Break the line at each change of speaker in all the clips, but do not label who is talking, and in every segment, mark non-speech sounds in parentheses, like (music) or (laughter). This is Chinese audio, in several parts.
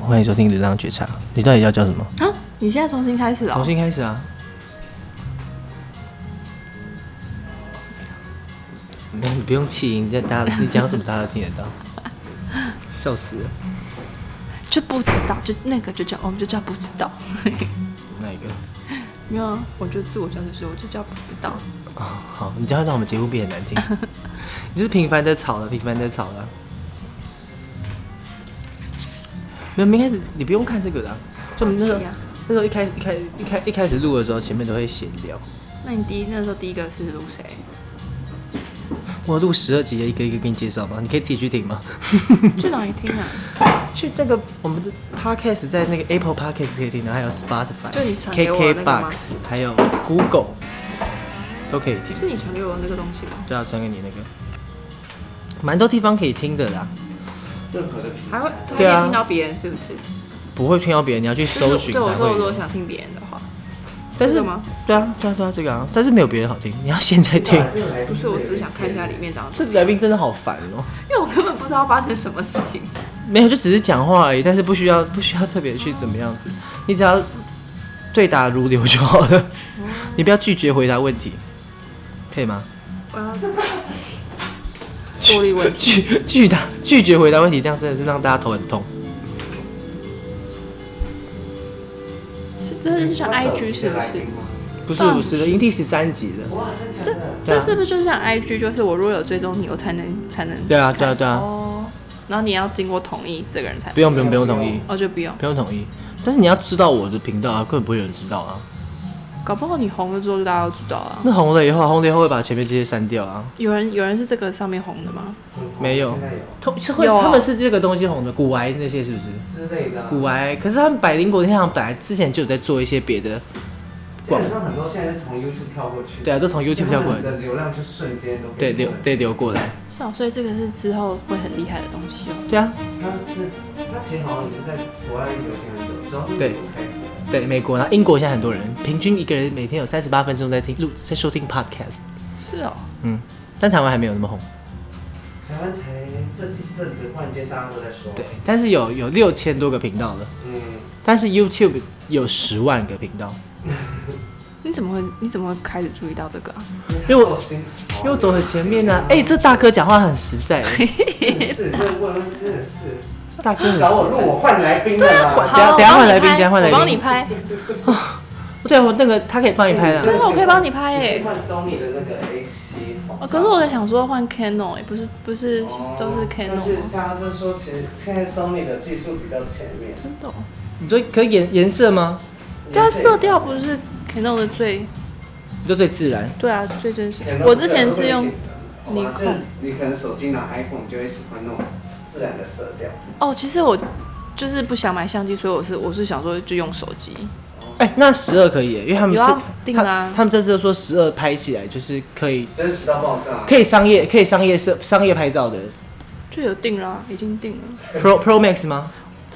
欢迎收听《流浪觉察》。你到底要叫什么？
啊，你现在重新开始
重
哦。
新开始啊！那你不用气音，这大家你讲什么大家都听得 (laughs) 到，笑死了。
就不知道，就那个就叫，我们就叫不知道。 (laughs)
哪一个？
没有，啊我就自我介绍的时候，我就叫不知道。
哦，好，你这样让我们节目变得很难听。 (laughs) 你就是频繁的吵了，频繁的吵了。没有，没开始你不用看这个的啊、就我们那时候、
好气啊
那时候一开一开一开一开始录的时候，前面都会闲聊。
那你第一那时候第一个是录谁？
我录十二集，一个一个给你介绍吧，你可以自己去听吗？
去哪里听啊？
去那个我们的 podcast 在那个 Apple podcast 可以听的，还有 Spotify，
就你传给我的那个吗
KKBox，还有 Google 都可以听。
(laughs) 是你传给我的那个东西吗？
就要传给你那个，蛮多地方可以听的啦，
还会还可
对啊
以听到别人是不是？
不会听到别人，你要去搜
就是
寻才
对我说，我
会
如果
有。
想听别人的话，
但
这
是
个吗？？
对啊，对啊，对啊，这个啊，但是没有别人好听，你要现在听。
不是，我只是想看一下里面长什
这
么，
来宾真的好烦哦、
因为我根本不知道发生什么事
(laughs)
情。
没有，就只是讲话而已，但是不需要 (laughs) 不需要特别去怎么样子，你只要对答如流就好了，
哦
你不要拒绝回答问题，可以吗？
我要多虑问题。
拒拒答拒绝回答问题，这样真的是让大家头很痛。
是这是像 IG 是不是？
嗯不是
当然
不是的，已经第十三集了。
这这是不是就像 IG？就是我如果有追踪你，我才能才能
对啊对啊对啊，
哦，然后你要经过同意，这个人才
不用不用不用同意，
哦，就不用。
不用同意。但是你要知道我的频道啊，根本不会有人知道啊。
搞不好你红了之后，就大家都知道啊。
那红了以后，红了以后会把前面这些删掉啊。
有人有人是这个上面红的吗？
没有，通是会
有啊
他们是这个东西红的，古玩那些是不是？
之类的、啊。
古玩，可是他们百灵果天堂本来之前就有在做一些别的，
基本上很多现在是从 YouTube 跳过去，
对啊，都从 YouTube 跳过
因为他们
来，
的流量就瞬间都
对
变成
流对流过来，
是啊，所以这个是之后会很厉害的东西哦。
对啊，
它是它其实好像已经在国外流行很久，主要是
对
美国开始的。
对美国，然后英国现在很多人平均一个人每天有三十八分钟在听录在收听 podcast，
是哦，
嗯，但台湾还没有那么红，
台湾才这几阵子，忽然间大家都在说，
对，但是有有六千多个频道了，
嗯，
但是 YouTube 有十万个频道，
你怎么会你怎么会开始注意到这个、啊？
因为我
新潮
因为我走很前面呢、哎、这大哥讲话很实在，
真的是这问问真的是，
大哥很实
找我录
在。
我换来宾了
对啊
啦，
等下
好
等下
我帮
换
你
来宾
拍
等下换来
我帮
宾
你拍，
对，我那个他可以帮你拍
对
的，
啊我可以帮你拍耶
你可以换 Sony 的那个 A 7
哦、可是我在想说换 Canon 哎、不是不是都
哦
是
但哦是
Canon 吗？
大家都说，其实现在 Sony 的技术比较前面，
真的、哦？
你说可以颜颜色吗？
对啊，色调不是 Canon 的最
你说最自然，
对啊最真实
也。
我之前是用
你
尼
看
控，
哦你可能手机拿 iPhone 你就会喜欢那种自然的色调。
哦，其实我就是不想买相机，所以我是我是想说就用手机。
哎、那十二可以耶，因为他们
有
这、
啊定了啊
他他们这次都说十二拍起来就是可以
真实到爆炸！
可以商业可以商业摄商业拍照的
就有定了啊、已经定了。
Pro Pro Max 吗？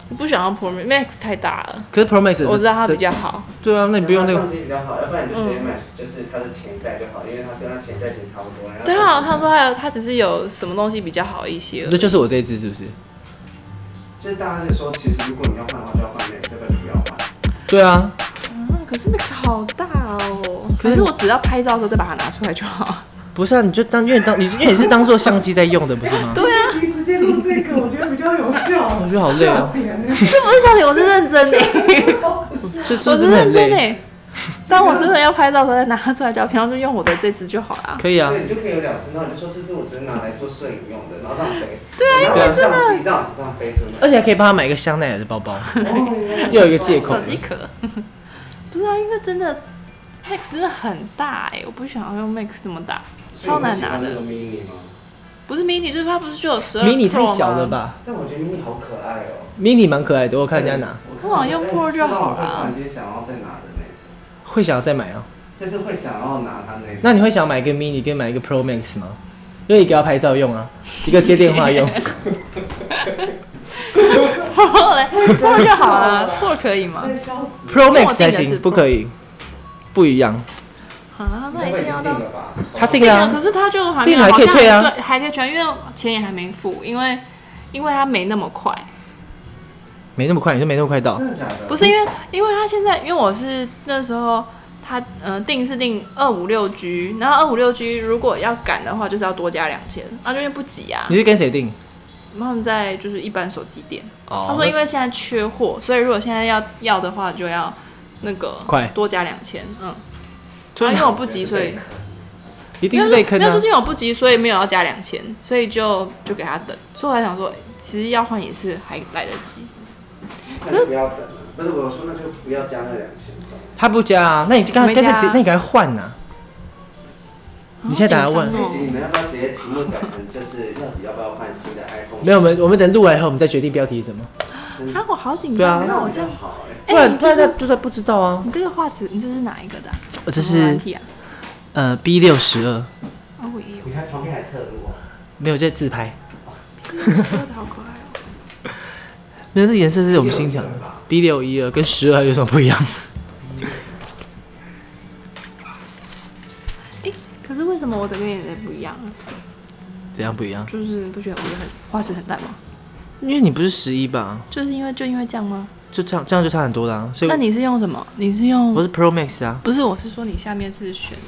我不想要 Pro Max 太大了，
可是 Pro Max
我知道它比
的
较好。
对啊，那你不用那
相
个
机比较好，要不然你就
嗯
直接买就是它的前盖就好，因为它跟它前盖其实差不多。然后
对啊，他说还有它只是有什么东西比较好一些而已。
这就是我这一支是不是？
就是大家就说，其实如果你要换的话，就要换 Max，这个不要换。
对啊，
啊，可是 Max 好大哦。
可
可
是
是我只要拍照的时候再把它拿出来
(laughs)
就好。
不是啊，你就当因为你当你因为你是当做相机在用的不是吗？
对啊，
直接录这个，我觉得比较有效
我觉得好累哦、(laughs)
点 (laughs)
这不是笑点，我是认真的，
这是不
(laughs) 我是
欸是很
认真欸
累？
的。当我真的要拍照的时候再拿出来就好，平常就用我的这支就好啦。
可以啊，
对，你就可以有两只，然后你就说这只我只是拿来做摄影用的，然后这样背。
对
然
对啊
后这样子这样子这样背出来。
而且还可以帮他买一个香奈儿的包包，
哦
(laughs) 又有一个借口
手机壳，不是啊，因为真的 Max 真的很大哎、我不想要用 Max 那么大，超难拿
所
的。
以你喜欢那个 mini 吗？
不是 mini，就是它不是就有十二
迷你太小了？
啊
吧？
但我觉得 mini 好可爱哦。
mini 蛮可爱的，我看人家拿，
我看
不好用 Pro 就好啦
我突然间想要再拿的那
会想要再买啊。
个，就是会想要拿它那个。
那你会想买一个 mini 跟买一个 Pro Max 吗？因为一个要拍照用啊，一个接电话
(laughs)
用。
破嘞，破就好了，破可以吗？
笑死！
Pro
那
Max
我
才
订的
行，
是
不
Pro
可以，不一样。
啊，那
那
一
我
定
已经
要
定
到。
了吧？
他定
对
了
啊，
啊
可，是它就还没
订
有，
了还
好
可以
像
退啊
对还可以全，因为钱也还没付，因为因为它没那么快。
没那么快，你说没那么快到，
真的假的？
不是因为，因为他现在，因为我是那时候他呃定是定二五六 G，然后二五六 G 如果要赶的话，就是要多加两千，那就因为不急啊。
你是跟谁订？
然后他们在就是一般手机店，
哦
他说因为现在缺货，所以如果现在要要的话，就要那个
快
多加两千，嗯。
就
然后因为我不
不
急，所以
一
没
定
有
是被坑
没
的、
有，
啊
就。是因为我不急，所以没有要加两千，所以就就给他等。所以我才想说，其实要换也是还来得及。
那就不要等了。不是我说，那就不要加那两千吧。
他不加啊，那你刚才
没
干
加
脆
啊
直接，那你赶快换呐、你现在打来问
好紧张哦
这一集你们要不要直接题目改成就是到底要不要换新的 iPhone？
没有，我们我们等录完以后，我们再决定标题是什么。
真的，
啊，我好紧
对啊
张。那我这样，
好哎。
不然
你
不
这
然
是
他就是不知道啊。
你这个画质，你这是哪一个的啊、
我这
什么软
是
体啊？
呃 B 六十二，
哦，我也有，
你看旁边还侧录啊，
没有在自拍，
说的好可爱哦。
没有这颜色是我们新调的。B 六一二跟十二有什么不一样？ (laughs)
哎、 (laughs) 可是为什么我的跟你的不一样啊？
怎样不一样？
就是你不觉得我的很画质很淡吗？
因为你不是十一吧？
就是因为就因为这样吗？
就这样，这样就差很多啦、所以
那你是用什么？你是用
我是 Pro Max 啊。
不是？我是说你下面是选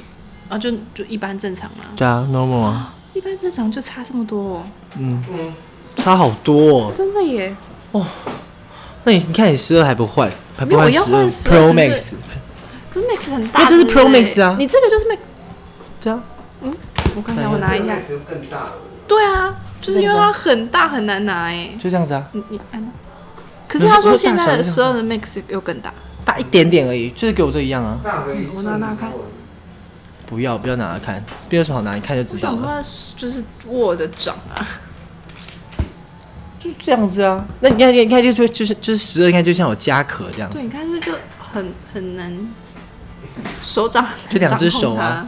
啊，就就一般正常啊，
对啊，normal 啊，
一般正常就差这么多、哦，
嗯，
嗯，
差好多、哦。
真的耶。
那你你看你十二还不换，还不
没有我
换
要
十二
换
Pro
12只
Max，
是可是 Max 很
那
大
就
只
是
耶，
Pro Max 啊
你这个就是 Max，
对啊，
我看一下，我拿一下。
更大了。
对啊，就是因为它很大很难拿哎、
就这样子啊，
你哎你按到。可是他说现在
那
的
是
十
大小
二的 Max 又更大，
大一点点而已，就是给我这一样啊。
大个一
嗯
寸
我拿拿看
多了
不要不要拿来看，别有什么好拿，你看就知
我
道
想说
了。
它是就是握的掌啊，
就这样子啊，那你看你看就是就是就是十二，应该就像我夹壳这样子
(laughs) 对，，你看这就很很难，手掌很难
(laughs) 就两只手啊
掌控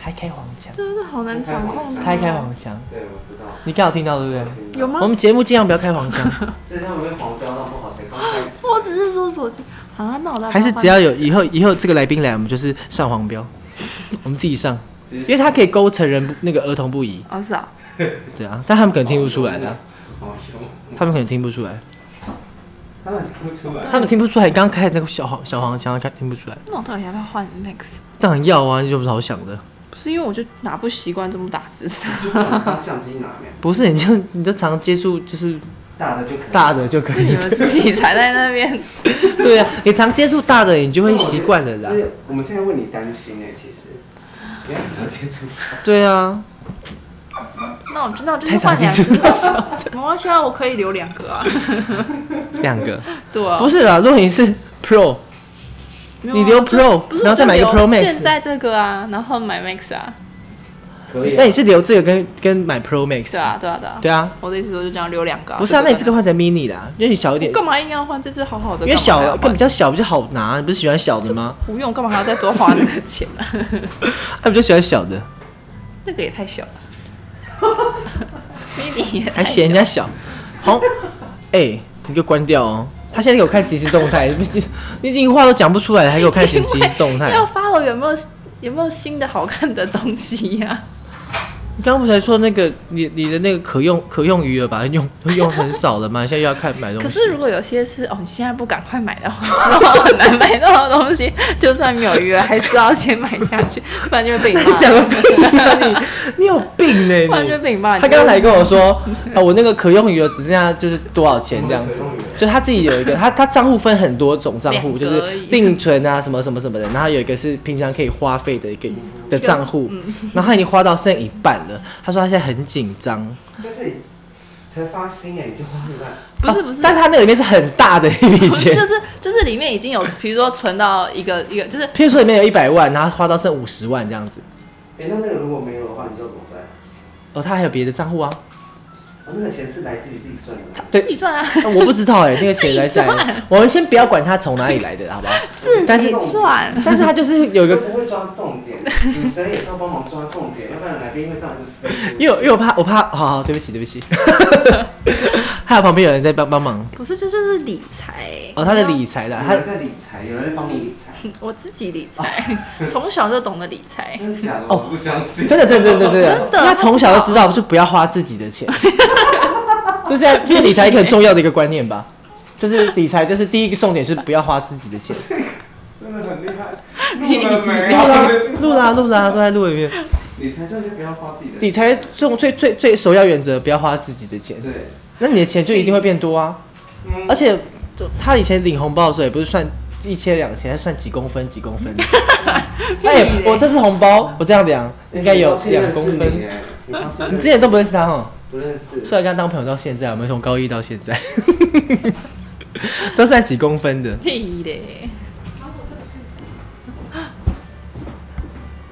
开开黄腔
它，，对啊，这好难掌控的，
开开黄腔，
对，我知道。
你刚好听到对不对？
有吗
我？们节目尽量不要开黄
(laughs)
腔，
这趟我被黄标到不好才刚开始。
我只是说手机啊，那我来
还是只要有以
后
后以后这个来宾来，我们就是上黄标，我们自己上，
因
因为他可以勾成人不那个儿童不宜，
哦是啊，
对啊，但他们可能听不出来的啊，
哦，
他们可能听不出来，
他们听不出来。
他们听不出来，你刚刚开的那个小黄小黄腔，看听不出来，
那我到底要不要换 Max？
当然要啊，你有什么好想的？
不是因为我就拿不习惯这么大只 (laughs) 的，
就像你刚相机拿面，
不是，你就你就常接触就是
大的就可以。
大的就可
是
以
你
了。 (laughs)
们自己才在那边。
对啊，你常接触大的，你就会习惯了
所
啦。
以我们现在为你担心哎，其实。不要多接触手。
对啊，
那我就那我就
太
去换
伤
两
心
只
了，
没关系啊， (laughs) 我可以留两
(laughs)
个啊。
两个
对啊，
不是啦，如果你是 Pro，
没有啊
你留
就
Pro，
不是
然后再买一个
我就
Pro
留
Max
现在这个啊，然后买 Max 啊，
可以啊。
那你是留这个跟跟买 Pro Max？
对啊，对啊，对啊。
对啊，
我的意思说就这样留两个、
不是啊，那你这个
我
换成 Mini 啦，因为你小一点，
干嘛硬要换这只好好的？
因为小
干嘛还要
更
换
比较小比较好拿，你不是喜欢小的吗？
不用，干嘛还要再多花那个钱啊？
(laughs)
(laughs)
他比较喜欢小的，
那个也太小了。mini 也太
还嫌人
小
家小。好，哎，你给我关掉哦。他现在给我看即时动态，你你已经话都讲不出来了，还给我看什么即时动态？
(laughs) 要 follow 有没有有没有新的好看的东西呀、
你刚刚不才说那个你你的那个可用可用余额吧，用用很少了嘛，现在又要看买东西。
可是如果有些是哦，你现在不赶快买的话，之后很难买到的东西，就算没有余额，还是要先买下去， (laughs) 不然就会被你
你 (laughs)
骂。
讲个屁啊你！你有病
(laughs)
呢、
不然就
你！
被你骂。
他刚才跟我
(laughs)
说，啊，我那个可用余额只剩下就是多少钱这样子
什么可用余，啊额
就他自己有一个，他他账户分很多种账户，就
两个而
是
已
定存啊什么什么什么的，然后有一个是平常可以花费的一
嗯
个的账户，然后他已经花到剩一半了，他说他现在很紧张，
但是你才发心哎，你就花一万。
不是不是，
但是他那里面是很大的一笔
不是
钱
就，是就是里面已经有，比如说存到一个一个，就是
譬如说里面有一百万，然后花到剩五十万这样子，
哎，那那个如果没有的话，你知道怎么办？
哦，他还有别的账户啊，
哦，那个钱是来自于自己赚的吗。
对
自己赚啊，
啊我不知道哎、那个钱
(laughs)
来自哪
自己
里？我们先不要管他从哪里来的，好不好？
自
但是
己赚。
但是他就是有一个，
都不会抓重点，女神也是要帮忙抓重点，要不然来宾会这样子飞。
因为我因为我怕我怕，好好对不起对不起，还有旁边有人在帮帮忙
不是，这就是理财
哦，他的理财的，
有
他
人在理财，有人在帮你理财，
(laughs) 我自己理
(laughs)
财，从小就懂得理财。
真的假的？
哦
我不相信。
真的真的真的真的，
真的
他从小就知道就不要花自己的钱，这是这是理财一个很重要的一个观念吧？就是理财，就是第一个重点是不要花自己的钱。
真的很厉害。录了没？
录啦录啦录啦，都在录里面。
理财真的就不要花自己的。
理财这种最最最首要原则，不要花自己的钱。
对，
那你的钱就一定会变多啊！
嗯
而且就他以前领红包的时候，也不是算一千两千，他算几公分几公 (laughs) 分。哎、
屁嘞
我这次红包我这样量应该有两公分。你
分
之前都不认识他哦，
不认识，
虽然跟他当朋友到现在，我们从高一到现在， (laughs) 都算几公分的。
屁嘞！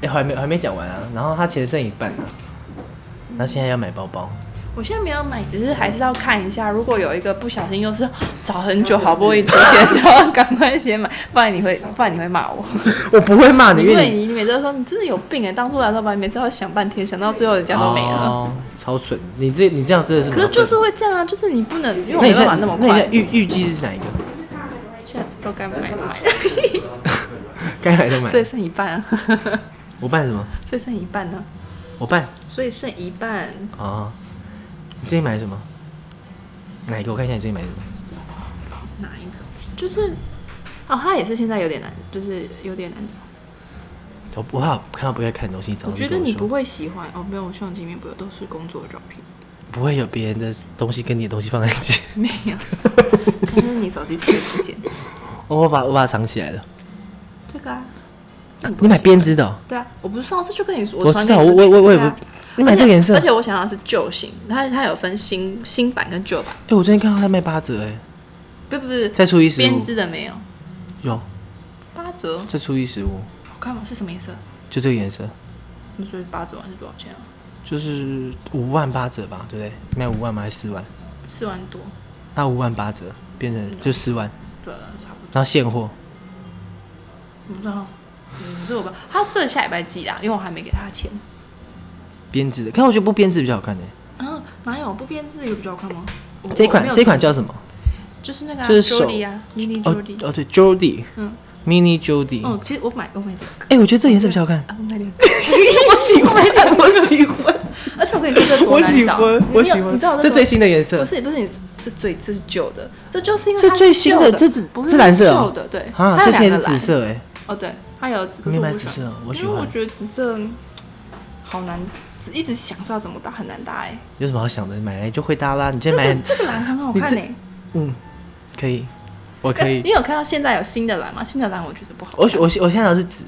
哎、还没还没讲完啊，然后他钱剩一半啊，然后现在要买包包，
我现在没有买，只是还是要看一下。如果有一个不小心，又是找
(laughs)
很
啊
久，好不容易出现，然 (laughs) 后赶快先买，不然你会，不然你会骂我。
我不会啊骂你，
因
因为
为
你
你每次都说你真的有病哎、当初来的时候吧，每次要想半天，想到最后人家都没了。
哦，超蠢！你这你这样真的是，
可是就是。会这样啊，就是你不能，因为
那
我没
你现
办
在
法那么
那你现
快
在。预预计是哪一个？
现在都该买了买，
该买都买。
(laughs) 所以剩一半啊，
我办什么？
所以剩一半啊呢、
我办
所以剩一半。
哦。你最近买什么？哪一个？我看一下你最近买什么。
哪一个？就是哦，他也是现在有点难，就是有点难找。
我不怕看到不该看的东西，早
我
上就
觉
跟
得
我
你
说
不会喜欢哦，没有，我相机里面不有都是工作的照片，
不会有别人的东西跟你的东西放在一
(laughs)
起。
没
(laughs)
有。但是你手机才会出现
我把我把它藏起来了。
这个啊。这不
你买
喜欢
编织的哦、
对啊，我不是上次就跟你说，
我
传
知
给
道，
你
我
的
我我我也
对啊
不。 (laughs) 你买这个颜色？
而
哎、
且我想要是旧型，它它有分新新版跟旧版，
哎我最近看到它卖八折、哎，
不不不，
再出一十
编
五，
织的没有
有
八折，
再出一十五，
好看吗？是什么颜色？
就这个颜色，
你说八折完是多少钱啊？
就是五万八折吧，对不对？卖五万吗？还是四万？
四万多，
那五万八折变成就四万，
对啊，差不多，
然后现货。
我不知道，嗯，是我吧？他是下礼拜寄啦，因为我还没给他钱。
编织的，可我觉得不编织比较好看呢、
啊，哪有不编织有比较好看吗？我
这一
我没
款
有
这一款叫什么？
就是那个、啊、
就是手
Jody 啊，Mini
哦
Jody。
哦对，Jody，
嗯
，Mini Jody。
哦，其实我买我买两个
哎、我觉得这颜色比较好看。
啊，我买
(laughs)
两个，我喜欢两个，我喜欢。而且我跟你说，这多
我
难
喜
找，
欢
你，
我
你有
喜欢。
你知道
这
多
最新的颜色
不是不是你这最这是旧的，这就是因为
这
它
最
是
新
旧
的
的，
这紫
不
这
是
蓝色哦
旧的，对，
啊，
它有
最新
两
的是
个
紫
蓝，
色哎、
哦对，它有紫，可
没
是我
买
不
紫
喜欢
色哦我喜
因为我
欢
觉得紫色好难，只一直想说要怎么搭很难搭哎，
有什么好想的？买来就会搭啦。你
这
就买
个，这个蓝很好
嗯你
看
这
哎，
嗯，可以，我可以
你。有看到现在有新的蓝吗？新的蓝我觉得不好
我
看，
喜我喜我现在拿的是紫，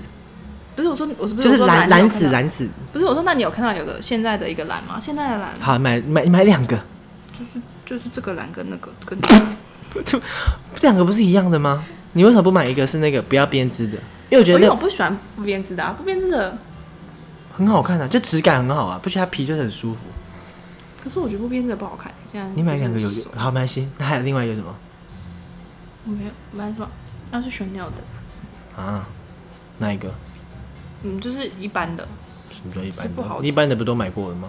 不是我说我是不是
就
我
是
说
蓝
蓝
蓝
你有看
紫
到
蓝紫。
不是我说那你有看到有个现在的一个蓝吗？现在的蓝
好，买买买两个，
就是就是这个蓝跟那个跟这个，
这两个不是一样的吗？你为什么不买一个是那个不要编织的？因为我觉
因
得
为我
那
不喜欢不编织的，啊，不编织的，
很好看啊，就质感很好啊，不觉得它皮就是很舒服。
可是我觉得不编织的不好看。现在
你买两个有啊
就是手
好蛮行，那还有另外一个什么
我没有，买什么？那是 Chanel 的，
啊？哪一个？
嗯，就是一般的，
什么叫一
是
般
不
的
好？
你一般的不都买过了吗？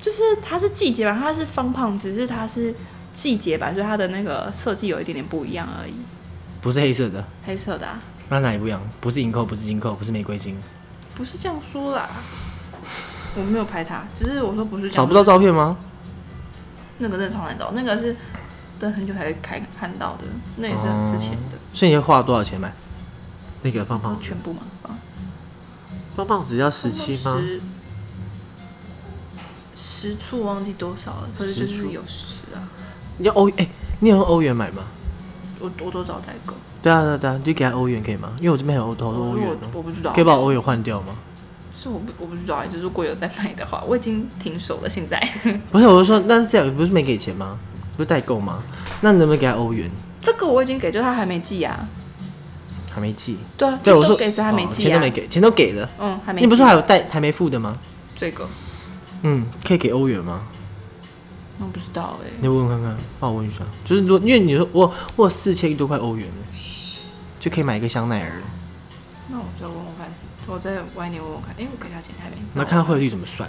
就是它是季节版，它是方胖，只是它是季节版，所以它的那个设计有一点点不一样而已。
不是黑色的，
黑色的、啊，
那哪里不一样？不是银扣，不是金扣，不是玫瑰金，
不是这样说啦，我没有拍它，只是我说不是这样，
找不到照片吗？
那个真的超难找，那个是等很久才开看到的，那也是
哦
之前的，
所以你花了多少钱买？那个棒棒
全部嘛，啊
棒棒只要十七吗？
十十处忘记多少了，可是
十
就
处
是有十啊，
你要欧哎、你有用欧元买吗？
我我都找代购，
对啊对啊对啊，你就给他欧元可以吗？因为我这边有欧好多欧元
我
哦、
我不知道
可，以把我欧元换掉吗？
是我不我不知道，就是如果有在卖的话，我已经停手了，现在 (laughs)
不是，我是说，那这样不是没给钱吗？不是代购吗？那你能不能给他欧元？
这个我已经给，就他还没寄啊，
还没寄。
对啊，
对，
就
我
都
说
给谁还没
哦
寄
钱都
啊
没？给，钱都给了。
嗯，还没寄，
你不是还有贷还没付的吗？
这个？
嗯，可以给欧元吗？
我不知道哎，
你问问看看，帮我问一下。就是如果因为你说我我有四千多块欧元呢，就可以买一个香奈儿了，
那我再问问看，我再晚一点问问看，哎，我给他钱还没，
那看汇率怎么算。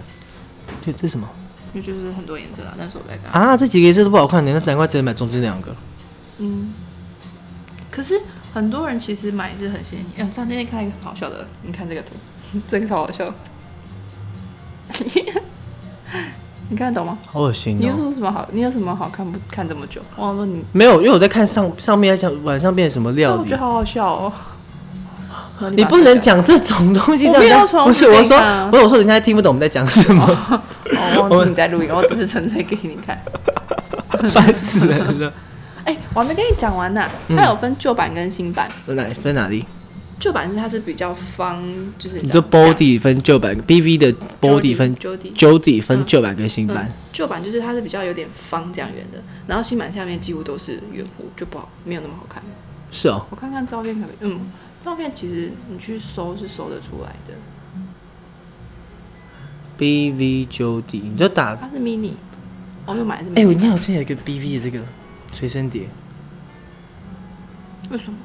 这这什么
那就是很多颜色啊，那时候我在看。
啊？这几个颜色都不好看的，那难怪只能买中间两个。
嗯，可是很多人其实买是很便宜。嗯，这样那天看一个很好笑的， (laughs) 你看这个图，这个超好笑。 (laughs) 你看得懂吗？
好恶心
你有
哦、
什么好？你有什么好看不看这么久？我问你，
没有，因为我在看上上面在讲晚上变成什么
但
料
我觉
理
得，好好笑
(laughs)
哦。然后
你
把它
不能
删
讲这种东西，
我
让人
没
家
有重
不是我
复
说
听啊，
不是我说人家听不懂我们在讲什么，
(laughs) 掉。哦，忘记你在录音，我只是存在给你
(laughs)
看。
烦死人了。
哎、我还没跟你讲完呢、
嗯
它有分旧版跟新版。
分哪分哪里？
旧版是它是比较方，就是
你说 body 分旧版，BV 的 body 分
Jody 嗯
Jody 分旧版跟新版，
旧版就是它是比较有点方这样圆的，然后新版下面几乎都是圆弧，就不好没有那么好看。
是哦，
我看看照片可不可以？嗯，照片其实你去搜是搜得出来的，
B V 九 D，你就打。
它是 mini，哦，又买的是
哎、我
mini，、
你看我这边有一个 B V 的这个随身碟，
为什么？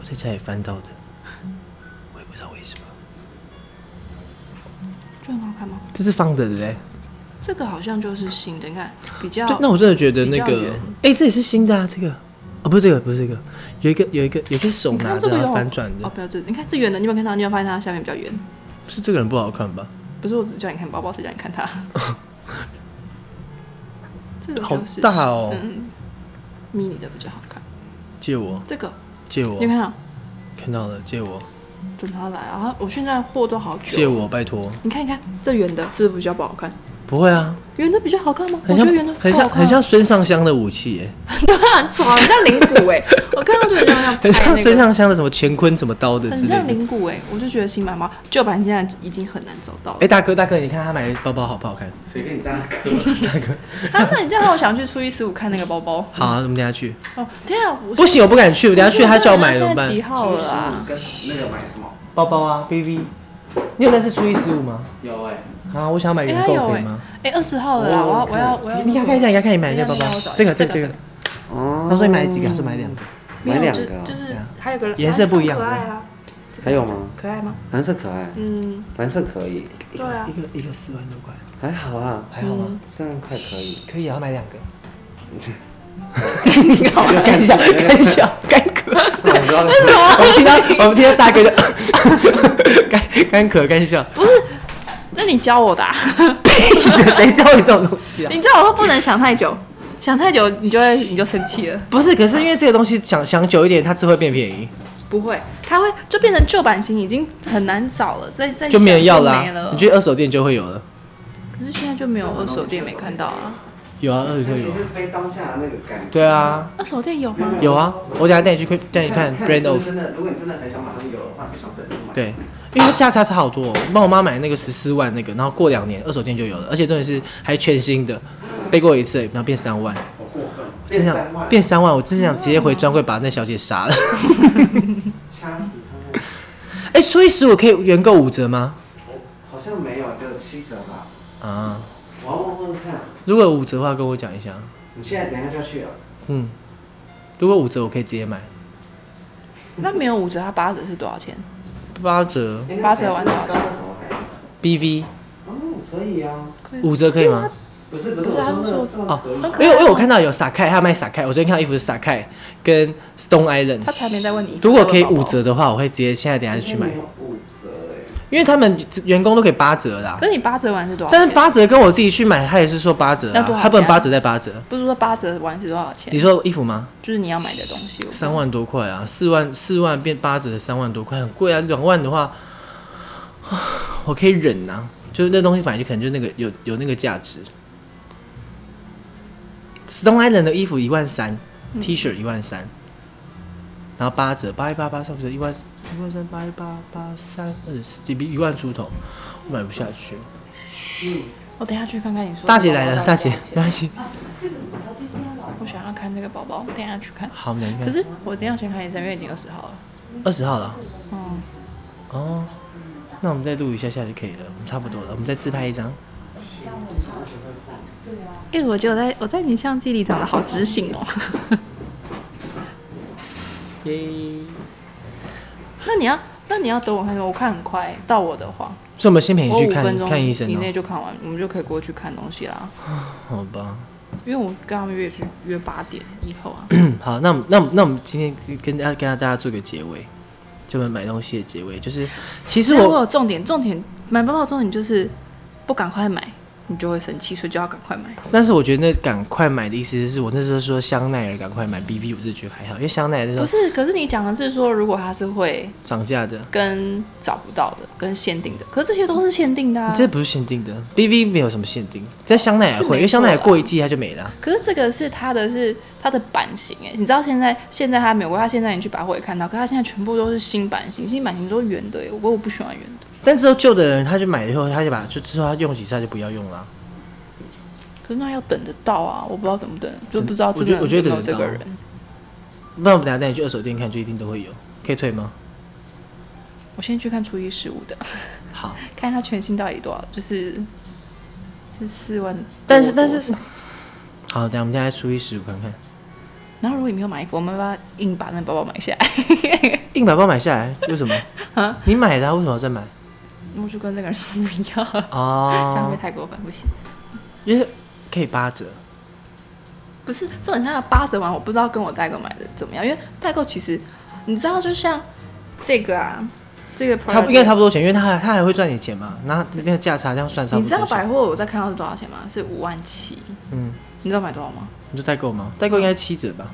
我在家里翻到的，我也不知道为什么。
就很好看吗？
这是放的对不对？
这个好像就是新的，你看比较
对，那我真的觉得那
比较
个
圆，
哎、这也是新的啊，这个，哦，不是这个，不是这个，有一个有一个有一个手
你
拿
看这个
着、
有
啊、反转的
哦，，不要这，你看这圆的，你有没有看到？你有没有发现它下面比较圆？
是这个人不好看吧？
不是我只叫你看包包，谁叫你
(laughs)
看它？这个
好
就是
大哦
嗯，mini 的比较好看。
借我，
这个
借
你
我
有，看到？
看到了，借我，
准它来啊！我现在货都好
借
久，
我，拜托，
你看一看这圆的，是不是比较不好看？
不会啊，
圆的比较好看吗？我
很
觉
像
得圆的
很
不好
像
看啊
很像孙尚香的武器耶、
(laughs) 它很丑啊，很像灵骨哎、我看到就很像像
(laughs) 很像
身
孙尚香的什么乾坤什么刀的之
很
类
像
的。
灵骨哎、我就觉得新版包旧版现在已经很难找到
哎、
了。
大哥大哥，你看他买的包包好不好看？
谁给你大
(laughs)
哥？
啊，那你这样让我想去初一十五看那个包包。
好、啊，我们等一下去。
哦，天啊，我
不行，我不敢去，我等一下去他叫我买怎么
现在
办
几？号了
啊
啊？，
跟那个买什么？
包包啊，BV。你有那次初一十五吗？
有哎、
啊，我想买原
哎他有
购，可以
哎
吗？
哎，二十号了啦！
哦
我要我要我要。
你给他看一下，你给他看你买的那个包
等一下等一
包哦
下，
这个
我
这
找一
个
下
这
这个
个。
哦
他说你买几个？他说买两个。
没有
买两
就
个啊
就是
对啊
还有个
颜色不一样
蓝可爱啊。这个
还有吗
可爱吗？
蓝色可爱，
嗯，
蓝色可以，
对啊
一个一个四万多块，
还好啊，
还好
嗯
吗？
三万块可以。
可以啊，要买两个。干笑，干笑，干咳。
(laughs)
我知道 (laughs) 那个
我们听到，我们听到大哥就 (laughs) 干干咳干笑。
那你教我的啊，
谁教你这种东西啊？
(laughs) 你教我说不能想太久，想太久你就会你就生气了。
不是，可是因为这个东西想想久一点，它只会变便宜，
不会，它会就变成旧版型，已经很难找了，再再
就没人要
啦、
啦、你去二手店就会有了。
可是现在就没有二手店没看到啊，
有啊，二手
尤
店
其
有啊。
是飞当下的那个感觉。
对啊，
二手店有吗？
有啊。我等一下带你去看，带你看 Brand
你是不
of
是。真的，如果你真的很想马上有的话，不想等就买。
对，因为价差差好多、哦。我帮我妈买那个十四万那个，然后过两年二手店就有了，而且重点是还全新的，背过一次而已，然后变三万，
好过分，
真
变三
想
万，
变三万，我真想直接回专柜把那小姐杀了。 (laughs)
掐死他们。
哎、所以十五可以原购五折吗？
我好像没有，只有七折吧。
啊，
我要问问看，
如果有五折的话，跟我讲一下。
你现在等一下就要去了。
嗯，如果五折我可以直接买，
那没有五折，它八折是多少钱？
八折
哎那
八折完
刚
多少钱
刚那什么来着
BV
哦，可以啊。
五折可以吗？
不是不
不
是，
是啊
我说
他
那
是说
个算可以
很。可啊
因为因为我看到有撒开，他卖撒开，我昨天看到衣服是撒开跟 Stone Island。
他才没在问你。
如果可以五，折的话，我会直接现在等一下就去买
嗯
没，有五折哎，
因为他们员工都给八折啦
可。是你八折完是多少钱？
但是八折跟我自己去买，他也是说八折
那多少
啊，
钱啊
他不能八折再八折。
不是说八折完是多少钱
你？说衣服吗？
就是你要买的东西。哦我
三万多块啊，四万四万变八折的三万多块，很贵啊。两万的话，我可以忍呐、啊，就是那东西反正就可能就那个有有那个价值。Stone Island 的衣服一万三，T 恤一万三，然后八折八一八八三不是一万一万三八一八八三二十四，比一万出头，我买不下去。
我等一下去看看你说。
大姐来了，大姐没关系，
我想要看这个包包，等一下去看。
(laughs) 好，我们两个
可是我等一下先看一下，因为已经二十号了。
二十号了。
嗯，
哦，那我们再录一下下就可以了，我们差不多了，我们再自拍一张。
因为哎我觉得我在我在你相机里长得好知性哦。
耶！
(laughs) 那你要，那你要等我看，我看很快到我的话，
所以我们先陪哎你
我
去
五分
看
钟
看医生
以内
哦，
就看完，我们就可以过去看东西啦。
好吧？
因为我跟他们约是约八点以后啊。
嗯，好，那我们那我们那我们今天跟大家跟大家做个结尾，就我们买东西的结尾，就是其实
但我
我
有重点，重点买包包的重点就是不赶快买，你就会生气，所以就要赶快买。
但是我觉得那赶快买的意思是我那时候说香奈儿赶快买，BB 我是觉得还好，因为香奈儿那时
不
候
是，可是你讲的是说，如果它是会
涨价的，
跟找不到的、跟限定的，可是这些都是限定的啊。
这不是限定的，BB 没有什么限定，在香奈儿
是没
会，因为香奈儿
错啊
过一季它就没了啊。
可是这个是它的是它的版型哎，你知道现在现在它美国，它现在你去百货也看到，可它现在全部都是新版型，新版型都是圆的哎，我我不喜欢圆的。
但之后旧的人，他就买了以后，他就把就之后他用几次他就不要用了啊。
可是那要等得到啊，我不知道等不等，就不知道
我觉
真
得
的有
我觉得
没有
等
这
得
个
到
人。
不然我们等下带你去二手店看，就一定都会有，可以退吗？
我先去看初一十五的，
好，
(laughs) 看它全新到底多少，就是是四万多。
但是但
多
是
少，
(laughs) 好，等下我们现在初一十五看看，
然后如果你没有买衣服，我们要不要硬把那包包买下来？
硬把包买下来，为什 (laughs) 么？你买的、啊，为什么要 (laughs) 再买？
我就跟那个人说不要，这样会
哦
太过分，不行。
因为可以八折，
不是重点，它的八折完，我不知道跟我代购买的怎么样，因为代购其实你知道，就像这个啊，这个 p
差不应该差不多钱，因为他还他还会赚你钱嘛，那那个价差这样算差不
你
多
知
钱。
道百货我在看到是多少钱吗？是五万七，
嗯，
你知道买多少吗？
你就代购吗？代购应该七折吧，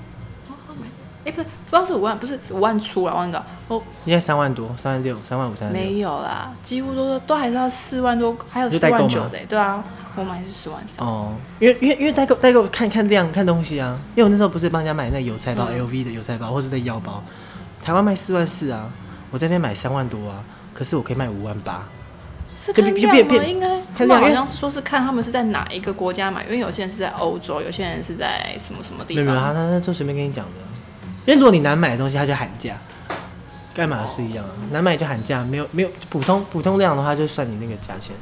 哎、不是，不知道是五万，不是五万出了，忘了哦，
应该三万多、三万六、三万五、三万六。
没有啦，几乎都都还是要四万多，还有
你就
四
代购
万
吗
九的、对啊，我买是十万三，
哦，因为因为因为代购代购看看量看东西啊，因为我那时候不是帮人家买那个邮差包、
嗯
LV 的邮差包，或是那腰包，台湾卖四万四啊，我在那边买三万多啊，可是我可以卖五万八，
是
就
看
比比
量
变
吗？
变
应该他
看
们
量
好
因为
像是说是看他们是在哪一个国家买，因为有些人是在欧洲，有些人是在什么什么地
没有没有，他
方。
他他就随便跟你讲的，因为如果你难买的东西，他就喊价，干嘛是一样啊，难买就喊价，没有没有普通普通量的话就算你那个价钱。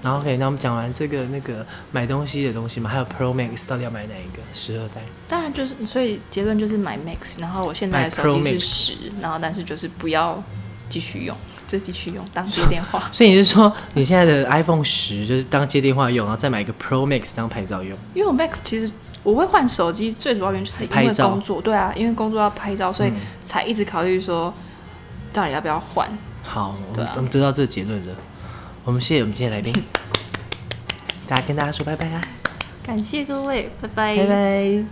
然后 OK，那我们讲完这个那个买东西的东西嘛，还有 Pro Max 到底要买哪一个？十二代，
当然就是，所以结论就是买 Max，然后我现在
买
的手
Pro
机
Max，
是十，然后但是就是不要继续用，就继续用当接电话
所以你是说你现在的 iPhone 十就是当接电话用，然后再买一个 Pro Max 当拍照用？
因为我 Max 其实我会换手机，最主要原因就是因
拍
为
照
工作，对啊，因为工作要拍照，所以
嗯
才一直考虑说到底要不要换。
好，我
对
们、
啊
我们得到这个结论了。我们谢谢我们今天的来宾，大家跟大家说拜拜啦，啊
感谢各位，拜
拜拜。